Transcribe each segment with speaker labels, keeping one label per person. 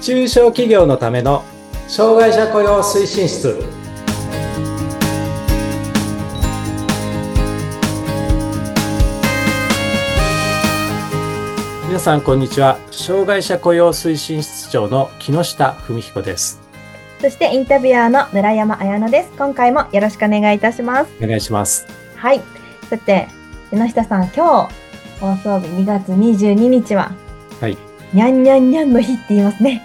Speaker 1: 中小企業のための障害者雇用推進室皆さんこんにちは障害者雇用推進室長の木下文彦です
Speaker 2: そしてインタビュアーの村山彩乃です。今回もよろしくお願いいたします。
Speaker 1: お願いします
Speaker 2: はい。さて、柳下さん、今日、放送日2月22日は、
Speaker 1: はい
Speaker 2: にゃんにゃんにゃんの日って言いま すね。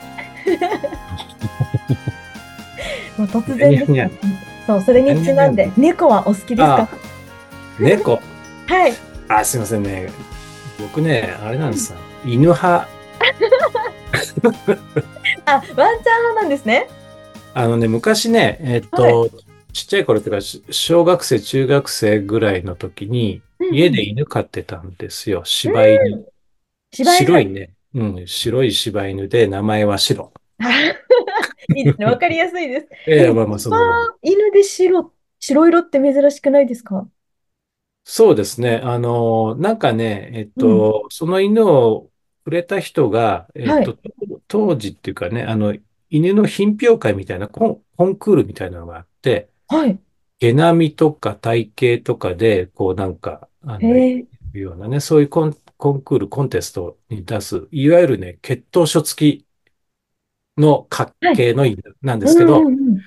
Speaker 2: もう突然です
Speaker 1: にゃん
Speaker 2: ね。そう、それにちなんで、猫はお好きですか
Speaker 1: 猫
Speaker 2: はい。
Speaker 1: あすいませんね僕ねあれなんですよ犬派
Speaker 2: あ、ワンちゃん派なんですね。
Speaker 1: あのね昔ねえっと、ちっちゃい頃っていうかし小学生中学生ぐらいの時に
Speaker 2: うん
Speaker 1: 家で犬飼ってたんですよ柴犬、
Speaker 2: 柴犬
Speaker 1: 白いね。うん、白い柴犬で、名前は白。
Speaker 2: あ いいですね。わかりやすいです。
Speaker 1: ええまあまあ、その、
Speaker 2: あー犬で白、白色って珍しくないですか
Speaker 1: そうですね。あの、なんかね、えっと、その犬をくれた人が、えっ
Speaker 2: はい
Speaker 1: と、当当時っていうかね、あの、犬の品評会みたいなコン、コンクールみたいなのがあって、
Speaker 2: はい。
Speaker 1: 毛並みとか体型とかで、こうなんか、あ
Speaker 2: へ
Speaker 1: の、い
Speaker 2: え。
Speaker 1: うようなね、そういうコン、コンクール、コンテストに出す、いわゆるね、血統書付きの格系の犬なんですけど、
Speaker 2: うんうんうん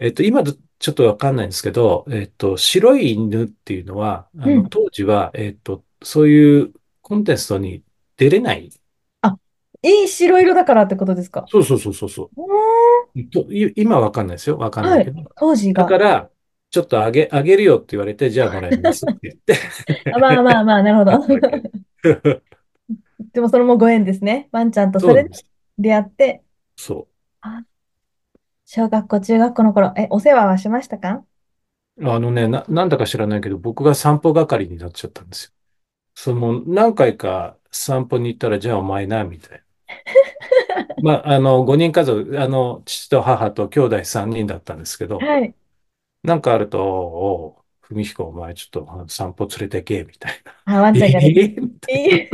Speaker 1: えっと、今ちょっとわかんないんですけど、えっと、白い犬っていうのは、あ
Speaker 2: う
Speaker 1: の、
Speaker 2: ん
Speaker 1: 当時は、えっと、そういうコンテストに出れない。
Speaker 2: いい白色だからってことですか
Speaker 1: そうそうそうそうそ
Speaker 2: へー
Speaker 1: う。と、い今わかんないですよ。わかんないけど。
Speaker 2: 当時
Speaker 1: だ
Speaker 2: が。
Speaker 1: から、ちょっとあげ、あげるよって言われて、じゃあもらいますって
Speaker 2: あまあまあ まあ、なるほ
Speaker 1: 言
Speaker 2: ど。
Speaker 1: って。
Speaker 2: でもそれもご縁ですね。ワンちゃんと
Speaker 1: そ
Speaker 2: そうれ
Speaker 1: なん
Speaker 2: で
Speaker 1: です。
Speaker 2: 出会って、
Speaker 1: そ
Speaker 2: 小学校、中学校の頃、え、お世話はしましたか
Speaker 1: う。あのね、な、なんだか知らないけど、僕が散歩係になっちゃったんですよ。その、何回か散歩に行ったら、じゃあお前な、みたいな。 まあ、あの、5人家族、あの、父と母と兄弟3人だったんですけど、
Speaker 2: はい。
Speaker 1: なんかあると、おう、文彦、お前ちょっと散歩連れてけ、みたいな。
Speaker 2: あ、ワンちゃんがね、
Speaker 1: ええ
Speaker 2: いい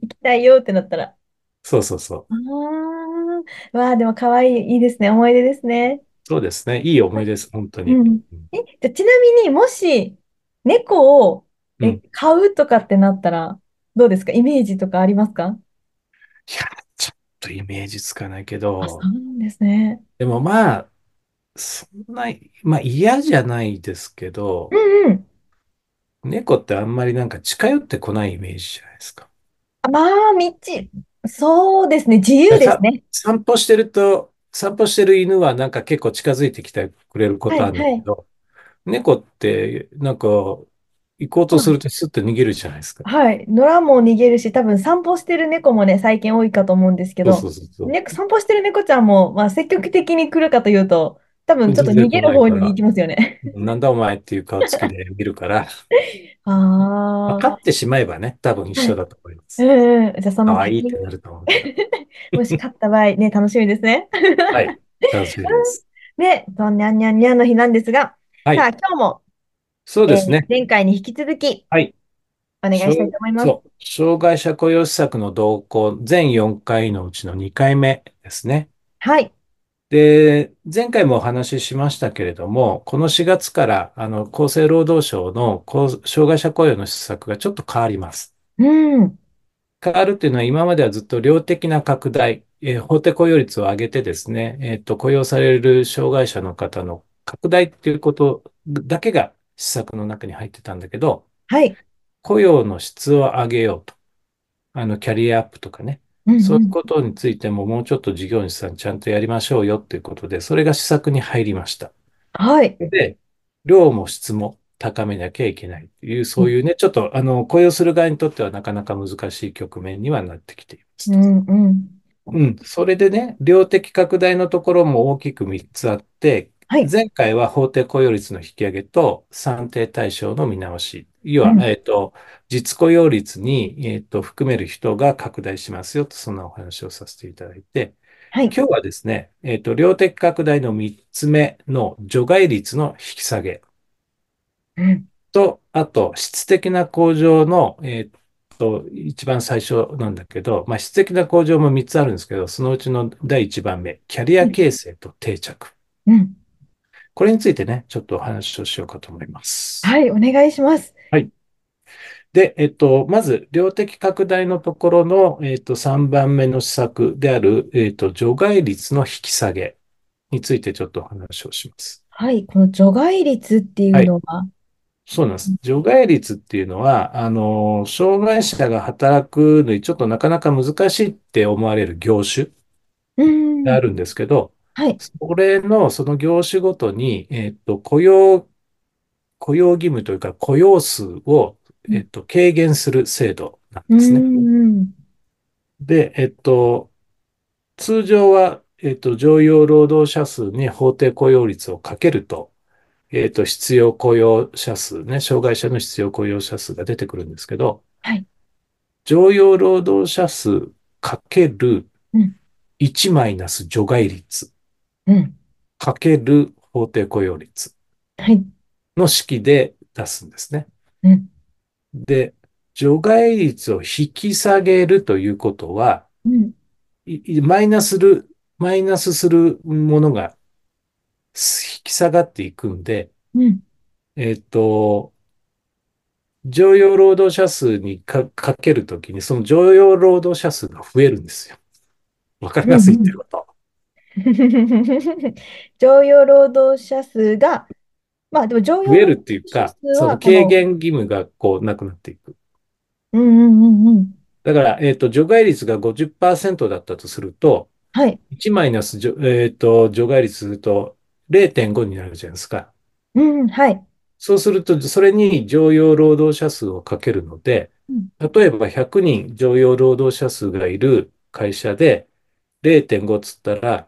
Speaker 2: 行きたいよってなったら。
Speaker 1: そうそうそう。
Speaker 2: あー、わあ、でも可愛い、いいですね。思い出ですね。
Speaker 1: そうですね。いい思いです、本当に。
Speaker 2: うん。え、じゃあちなみにもし、猫を、
Speaker 1: う
Speaker 2: え
Speaker 1: ん、
Speaker 2: 飼うとかってなったら、どうですかイメージとかありますか
Speaker 1: いや、ちょっとイメージつかないけ
Speaker 2: あ、
Speaker 1: ど
Speaker 2: そう、なんですね。
Speaker 1: でもまあ、そんな、まあ嫌じゃないですけど
Speaker 2: う、んうん。
Speaker 1: 猫ってあんまりなんか近寄ってこないイメージじゃないですか。
Speaker 2: あまあ、道、そうですね、自由ですね。
Speaker 1: 散歩してると、散歩してる犬はなんか結構近づいてきてくれることあるんだけど、猫ってなんか行こうとするとスッと逃げるじゃないですか。
Speaker 2: はい。野良も逃げるし、多分散歩してる猫もね、最近多いかと思うんですけど、
Speaker 1: そうそうそうそう。
Speaker 2: ね散歩してる猫ちゃんも、まあ、積極的に来るかというと、多分ちょっと逃げる方に行きますよ ね。
Speaker 1: なんだお前っていう顔つきで見るから、
Speaker 2: あ
Speaker 1: 分か
Speaker 2: あ。
Speaker 1: ってしまえばね、多分一緒だと思います。
Speaker 2: うんうん。じゃあ、その
Speaker 1: 可愛いっ
Speaker 2: 先
Speaker 1: て
Speaker 2: に
Speaker 1: なると思うけ
Speaker 2: もし勝った場合、ね、楽しみで すね。
Speaker 1: ど。はい。楽しみです。
Speaker 2: で、そんにゃんにゃんにゃんの日なんですが、
Speaker 1: はい
Speaker 2: さあ、今日も、
Speaker 1: そうですね。
Speaker 2: えー前回に引き続き、
Speaker 1: はい
Speaker 2: お願いしたいと思います。
Speaker 1: そう。障害者雇用施策の動向、全4回のうちの2回目ですね。
Speaker 2: はい。
Speaker 1: で、前回もお話ししましたけれども、この4月から、あの、厚生労働省のこう障害者雇用の施策がちょっと変わります。
Speaker 2: うん。
Speaker 1: 変わるっていうのは、今まではずっと量的な拡大、えー法定雇用率を上げてですね、えっと、雇用される障害者の方の拡大っていうことだけが施策の中に入ってたんだけど、
Speaker 2: はい。
Speaker 1: 雇用の質を上げようと。あの、キャリアアップとかね。
Speaker 2: うん
Speaker 1: そういう
Speaker 2: うん
Speaker 1: ことについても、もうちょっと事業主さんちゃんとやりましょうよということで、それが施策に入りました。
Speaker 2: はい。
Speaker 1: で、量も質も高めなきゃいけないという、そういうね、ちょっと、あの、雇用する側にとってはなかなか難しい局面にはなってきています
Speaker 2: う。んうん。
Speaker 1: うん。それでね、量的拡大のところも大きく3つあって、
Speaker 2: はい
Speaker 1: 前回は法定雇用率の引き上げと算定対象の見直し。要は
Speaker 2: う、ん
Speaker 1: えっと、実雇用率に、えっと、含める人が拡大しますよと、そんなお話をさせていただいて、
Speaker 2: はい。
Speaker 1: 今日はですね、えっと、量的拡大の3つ目の除外率の引き下げ。
Speaker 2: うん
Speaker 1: と、あと、質的な向上の、えーっと、一番最初なんだけど、まあ、質的な向上も3つあるんですけど、そのうちの第1番目、キャリア形成と定着。
Speaker 2: うん。
Speaker 1: これについてね、ちょっとお話をしようかと思います。
Speaker 2: はい、お願いします。
Speaker 1: で、えっと、まず、量的拡大のところの、えっと、3番目の施策である、えっと、除外率の引き下げについてちょっとお話をします。
Speaker 2: はい、この除外率っていうのは、
Speaker 1: そうなんです。除外率っていうのは、あの、障害者が働くのにちょっとなかなか難しいって思われる業種
Speaker 2: うーん、
Speaker 1: があるんですけど、
Speaker 2: はい、
Speaker 1: それの、その業種ごとに、えっと、雇用、雇用義務というか、雇用数を、えっと、軽減する制度なん
Speaker 2: う
Speaker 1: ですね。
Speaker 2: ーん、
Speaker 1: で、えっと、通常は、えっと、常用労働者数に法定雇用率をかけると、えっと、必要雇用者数ね、障害者の必要雇用者数が出てくるんですけど
Speaker 2: はい、
Speaker 1: 常用労働者数かける
Speaker 2: うん
Speaker 1: 1マイナス除外率
Speaker 2: うん、
Speaker 1: かける法定雇用率
Speaker 2: はい、
Speaker 1: の式で出すんですね。
Speaker 2: うん、
Speaker 1: で、除外率を引き下げるということは、
Speaker 2: うん、
Speaker 1: いいマイナスする、マイナスするものが引き下がっていくんで、
Speaker 2: うん、
Speaker 1: えっと、常用労働者数にか、かけるときに、その常用労働者数が増えるんですよ。わかります
Speaker 2: うんう
Speaker 1: 言って
Speaker 2: ん
Speaker 1: ること。
Speaker 2: 常用労働者数が、まあでも常用
Speaker 1: 増え
Speaker 2: 労
Speaker 1: るっ
Speaker 2: 働
Speaker 1: ていうか、
Speaker 2: 指数は
Speaker 1: その
Speaker 2: この
Speaker 1: 軽減義務がこうなくなっていく。
Speaker 2: うんうんうんうん。
Speaker 1: だから、えっと、除外率が50%だったとすると、
Speaker 2: はい。
Speaker 1: 1マイナス、えっと、除外率すると0.5になるじゃないですか。
Speaker 2: うん、はい。
Speaker 1: そうすると、それに常用労働者数をかけるので
Speaker 2: うん、
Speaker 1: 例えば100人常用労働者数がいる会社で0.5つったら、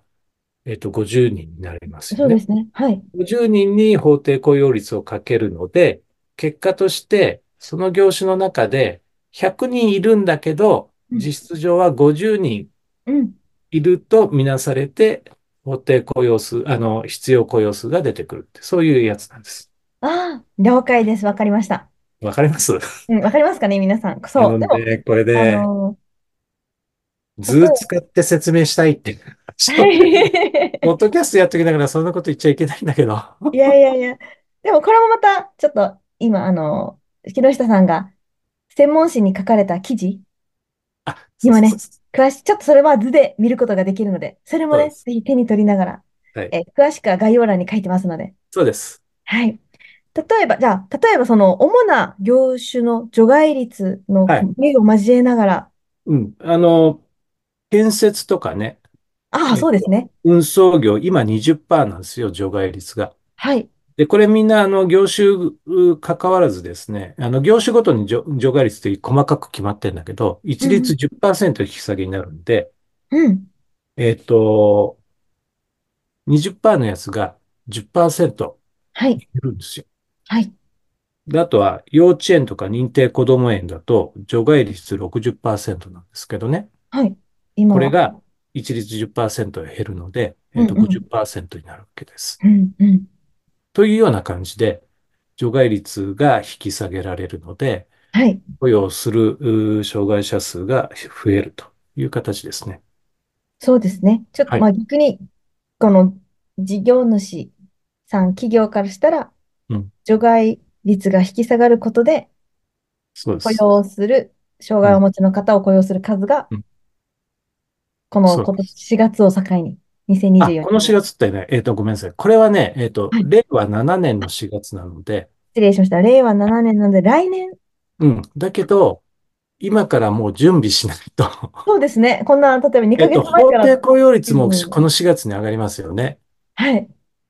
Speaker 1: えっと、50人になります
Speaker 2: そ
Speaker 1: よ
Speaker 2: うで
Speaker 1: ね。
Speaker 2: すね。はい。
Speaker 1: 50人に法定雇用率をかけるので、結果として、その業種の中で100人いるんだけど、
Speaker 2: うん
Speaker 1: 実質上は50人
Speaker 2: うん。
Speaker 1: いるとみなされて、法定雇用数、あの、必要雇用数が出てくるって、そういうやつなんです。
Speaker 2: ああ、了解です。わかりました。
Speaker 1: わかります
Speaker 2: うん、わかりますかね、皆さん。
Speaker 1: な
Speaker 2: そう。
Speaker 1: の
Speaker 2: でも、
Speaker 1: で、これ
Speaker 2: あ
Speaker 1: で、
Speaker 2: の
Speaker 1: 図使って説明したい って。ちょっ
Speaker 2: ー
Speaker 1: と、ポッドキャストやっときながらそんなこと言っちゃいけないんだけど。
Speaker 2: いやいやいや。でも、これもまた、ちょっと、今、あの木下さんが、専門誌に書かれた記事、 今ね詳し、ちょっとそれは図で見ることができるので、それも
Speaker 1: そう
Speaker 2: ね、
Speaker 1: です
Speaker 2: ぜひ手に取りながら、
Speaker 1: はい
Speaker 2: えー詳しくは概要欄に書いてますので。
Speaker 1: そうです。
Speaker 2: はい。例えば、じゃあ、例えばその主な業種の除外率の
Speaker 1: はい
Speaker 2: 例を交えながら、
Speaker 1: うん。あの、建設とかね、
Speaker 2: ああ、そうですね。
Speaker 1: 運送業、今20%なんですよ、除外率が。
Speaker 2: はい。
Speaker 1: で、これみんな、あの、業種う関わらずですね、あの、業種ごとに除除外率って細かく決まってるんだけど、一律10%引き下げになるんで、
Speaker 2: うん。
Speaker 1: えっと、20%のやつが10%
Speaker 2: はい。
Speaker 1: いるんですよ。
Speaker 2: はい。
Speaker 1: であとは、幼稚園とか認定こども園だと、除外率60%なんですけどね。
Speaker 2: はい。今
Speaker 1: これ
Speaker 2: は。
Speaker 1: が一律10%減るので、えっと
Speaker 2: うんうん
Speaker 1: 50%になるわけです。
Speaker 2: うんうん。
Speaker 1: というような感じで、除外率が引き下げられるので、
Speaker 2: はい。
Speaker 1: 雇用するうー障害者数が増えるという形ですね。
Speaker 2: そうですね。ちょっと、
Speaker 1: はい
Speaker 2: まあ逆に、この事業主さん、企業からしたら
Speaker 1: うん、
Speaker 2: 除外率が引き下がることで、
Speaker 1: そうで
Speaker 2: 雇
Speaker 1: す。
Speaker 2: 用する、障害をお持ちの方を雇用する数が
Speaker 1: うん、
Speaker 2: この
Speaker 1: そう
Speaker 2: 今年4月を境に、
Speaker 1: あ、
Speaker 2: 2024
Speaker 1: この
Speaker 2: 年。
Speaker 1: 4月ってね、えっと、ごめんなさい。これはね、えっと
Speaker 2: は、い
Speaker 1: 令和7年の4月なので、
Speaker 2: 失礼しました。令和7年なので、来年、
Speaker 1: うん。だけど、今からもう準備しないと。
Speaker 2: そうですね。こんな、例えば2
Speaker 1: え
Speaker 2: ヶ
Speaker 1: っと、
Speaker 2: 月前
Speaker 1: 法
Speaker 2: から、
Speaker 1: 定雇用率も
Speaker 2: うん
Speaker 1: この4月に上がりますよね。
Speaker 2: はい。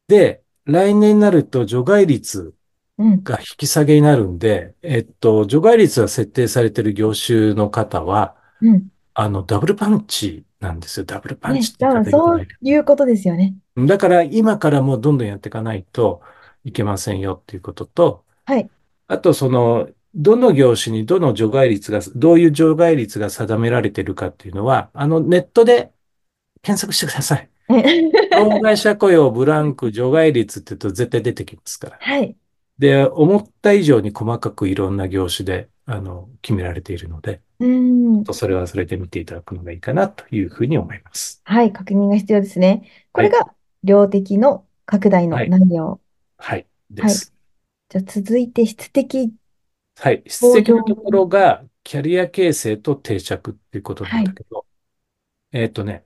Speaker 1: で、来年になると除外率
Speaker 2: うん。
Speaker 1: が引き下げになるんで、えっと、除外率が設定されている業種の方は、
Speaker 2: うん。
Speaker 1: あの、ダブルパンチなんですよ。ダブルパン
Speaker 2: ね、
Speaker 1: チって言い方
Speaker 2: 多分
Speaker 1: よく
Speaker 2: そ
Speaker 1: な
Speaker 2: う
Speaker 1: いけ
Speaker 2: いうことですよね。
Speaker 1: ど。だから今からもうどんどんやっていかないといけませんよっていうことと、
Speaker 2: はい。
Speaker 1: あとその、どの業種にどの除外率が、どういう除外率が定められているかっていうのは、あの、ネットで検索してください。
Speaker 2: ね
Speaker 1: 障害者雇用ブランク除外率って言うと絶対出てきますから。
Speaker 2: はい。
Speaker 1: で、思った以上に細かくいろんな業種で、あの、決められているので、
Speaker 2: うん。
Speaker 1: それはそれで見ていただくのがいいかなというふうに思います。
Speaker 2: はい、確認が必要ですね。こ
Speaker 1: はい
Speaker 2: れが量的の拡大の
Speaker 1: はい
Speaker 2: 内容。
Speaker 1: はい。です。
Speaker 2: じゃあ続いて質 的。
Speaker 1: はい。質的なところが、キャリア形成と定着っていうことなんだけど、えっとね、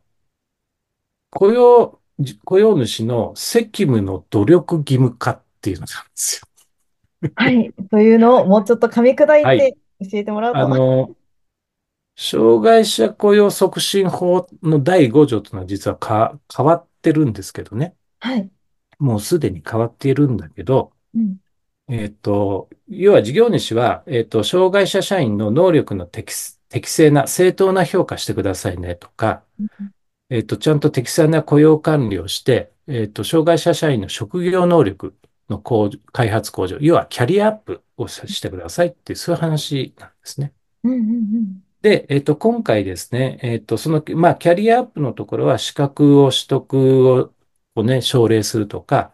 Speaker 1: 雇用、雇用主の責務の努力義務化っていうのなんですよ。
Speaker 2: はい。というのをもうちょっと噛み砕
Speaker 1: はいい
Speaker 2: て教えてもらう
Speaker 1: あ
Speaker 2: と。
Speaker 1: の、障害者雇用促進法の第5条というのは実はか変わってるんですけどね。
Speaker 2: はい。
Speaker 1: もうすでに変わっているんだけど、
Speaker 2: うん。
Speaker 1: えっと、要は事業主は、えっと、障害者社員の能力の適す、適正な、正当な評価してくださいねとか、えっと、ちゃんと適正な雇用管理をして、えっと、障害者社員の職業能力の向上開発向上、要はキャリアアップをさしてくださいっていう、そういう話なんですね。
Speaker 2: うんうんうん。
Speaker 1: で、えっと、今回ですね、えっと、その、まあ、キャリアアップのところは資格を取得を、をね、奨励するとか、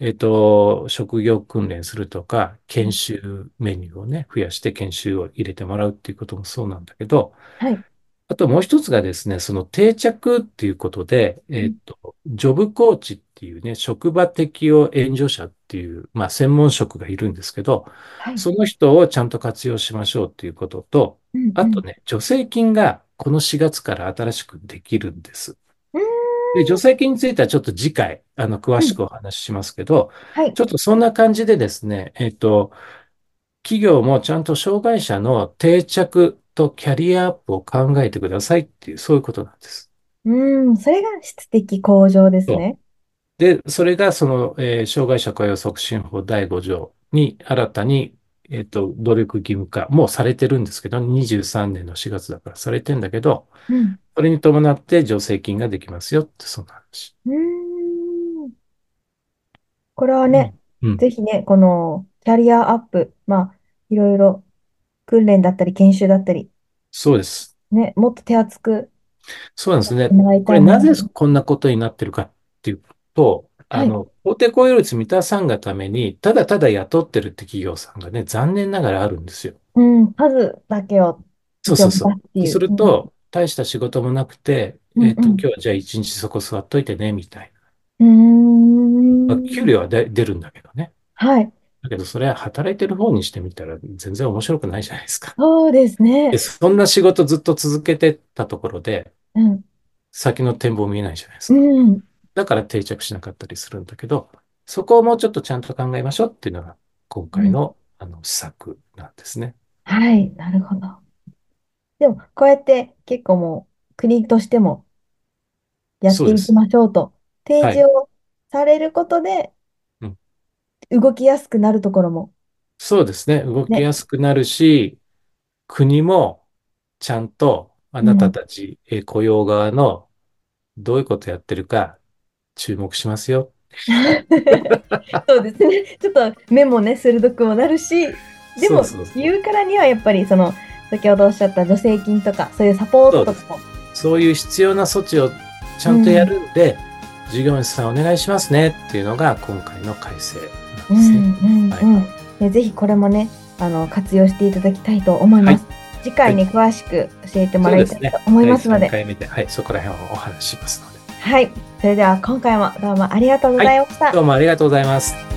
Speaker 1: えっと、職業訓練するとか、研修メニューをね、増やして研修を入れてもらうっていうこともそうなんだけど、
Speaker 2: はい。
Speaker 1: あともう一つがですね、その定着っていうことで、えっと、ジョブコーチっていうね、職場適応援助者っていう、まあ、専門職がいるんですけど、
Speaker 2: はい。
Speaker 1: その人をちゃんと活用しましょうっていうことと、
Speaker 2: うんうん
Speaker 1: あとね、助成金がこの4月から新しくできるんです。
Speaker 2: うーん
Speaker 1: で、助成金についてはちょっと次回、あの、詳しくお話ししますけど、
Speaker 2: はい。
Speaker 1: ちょっとそんな感じでですね、えっと、企業もちゃんと障害者の定着とキャリアアップを考えてくださいっていう、そういうことなんです。
Speaker 2: うん。それが質的向上ですね。
Speaker 1: で、それがその、えー障害者雇用促進法第5条に新たに、えっと、努力義務化、もうされてるんですけど、23年の4月だからされてんだけど、
Speaker 2: うん。
Speaker 1: それに伴って助成金ができますよって、そんな話。
Speaker 2: うーん。これはね、
Speaker 1: うん。うん
Speaker 2: ぜひね、このキャリアアップ、まあ、いろいろ訓練だったり研修だったり、
Speaker 1: そうです。
Speaker 2: ね、もっと手厚く
Speaker 1: そうなんですね。
Speaker 2: もらい
Speaker 1: こ
Speaker 2: た
Speaker 1: れ
Speaker 2: い
Speaker 1: な
Speaker 2: な。
Speaker 1: ぜこんなことになってるかっていうと、あの、法定雇用率満たさんがために、ただただ雇ってるって企業さんがね、残念ながらあるんですよ。
Speaker 2: うん、数だけを
Speaker 1: そうそうそう。
Speaker 2: 一応出すっていう。
Speaker 1: すると、大した仕事もなくて、
Speaker 2: うん
Speaker 1: えっと、
Speaker 2: うん
Speaker 1: 今日はじゃあ一日そこ座っといてね、みたい
Speaker 2: うん、う
Speaker 1: な。ま
Speaker 2: ー
Speaker 1: あ
Speaker 2: ん、
Speaker 1: 給料はで出るんだけどね。
Speaker 2: はい、
Speaker 1: だけど、それは働いてる方にしてみたら全然面白くないじゃないですか。
Speaker 2: そうですね
Speaker 1: で、。そんな仕事ずっと続けてたところで、
Speaker 2: うん、
Speaker 1: 先の展望見えないじゃないですか。
Speaker 2: うん、
Speaker 1: だから定着しなかったりするんだけど、そこをもうちょっとちゃんと考えましょうっていうのが、今回の、あの、施策なんですね。
Speaker 2: はい、なるほど。でも、こうやって結構もう国としてもやって
Speaker 1: そう
Speaker 2: い
Speaker 1: です
Speaker 2: きましょうと提
Speaker 1: はい
Speaker 2: 示をされることで
Speaker 1: うん、
Speaker 2: 動きやすくなるところも、
Speaker 1: そうですね。動き
Speaker 2: ね
Speaker 1: やすくなるし、国もちゃんとあなたたち、えー雇用側のどういうことやってるか注目しますよ。
Speaker 2: そうですね。ちょっと目もね、鋭くもなるし、でも
Speaker 1: そうそうそう
Speaker 2: 言うからにはやっぱりその、先ほどおっしゃった助成金とか、そういうサポートとかも、
Speaker 1: そういう必要な措置をちゃんとやるんで、事業主さんお願いしますねっていうのが今回の改正なん
Speaker 2: う
Speaker 1: ですね。
Speaker 2: んうんうん、でぜひこれもね、あの活用していただきたいと思います。次回に詳しく教えてもらいたいと思いますので、
Speaker 1: 第3回目で、はい、そこら辺をお話ししますので。
Speaker 2: はい。それでは今回もどうもありがとうございました。
Speaker 1: どうもありがとうございます。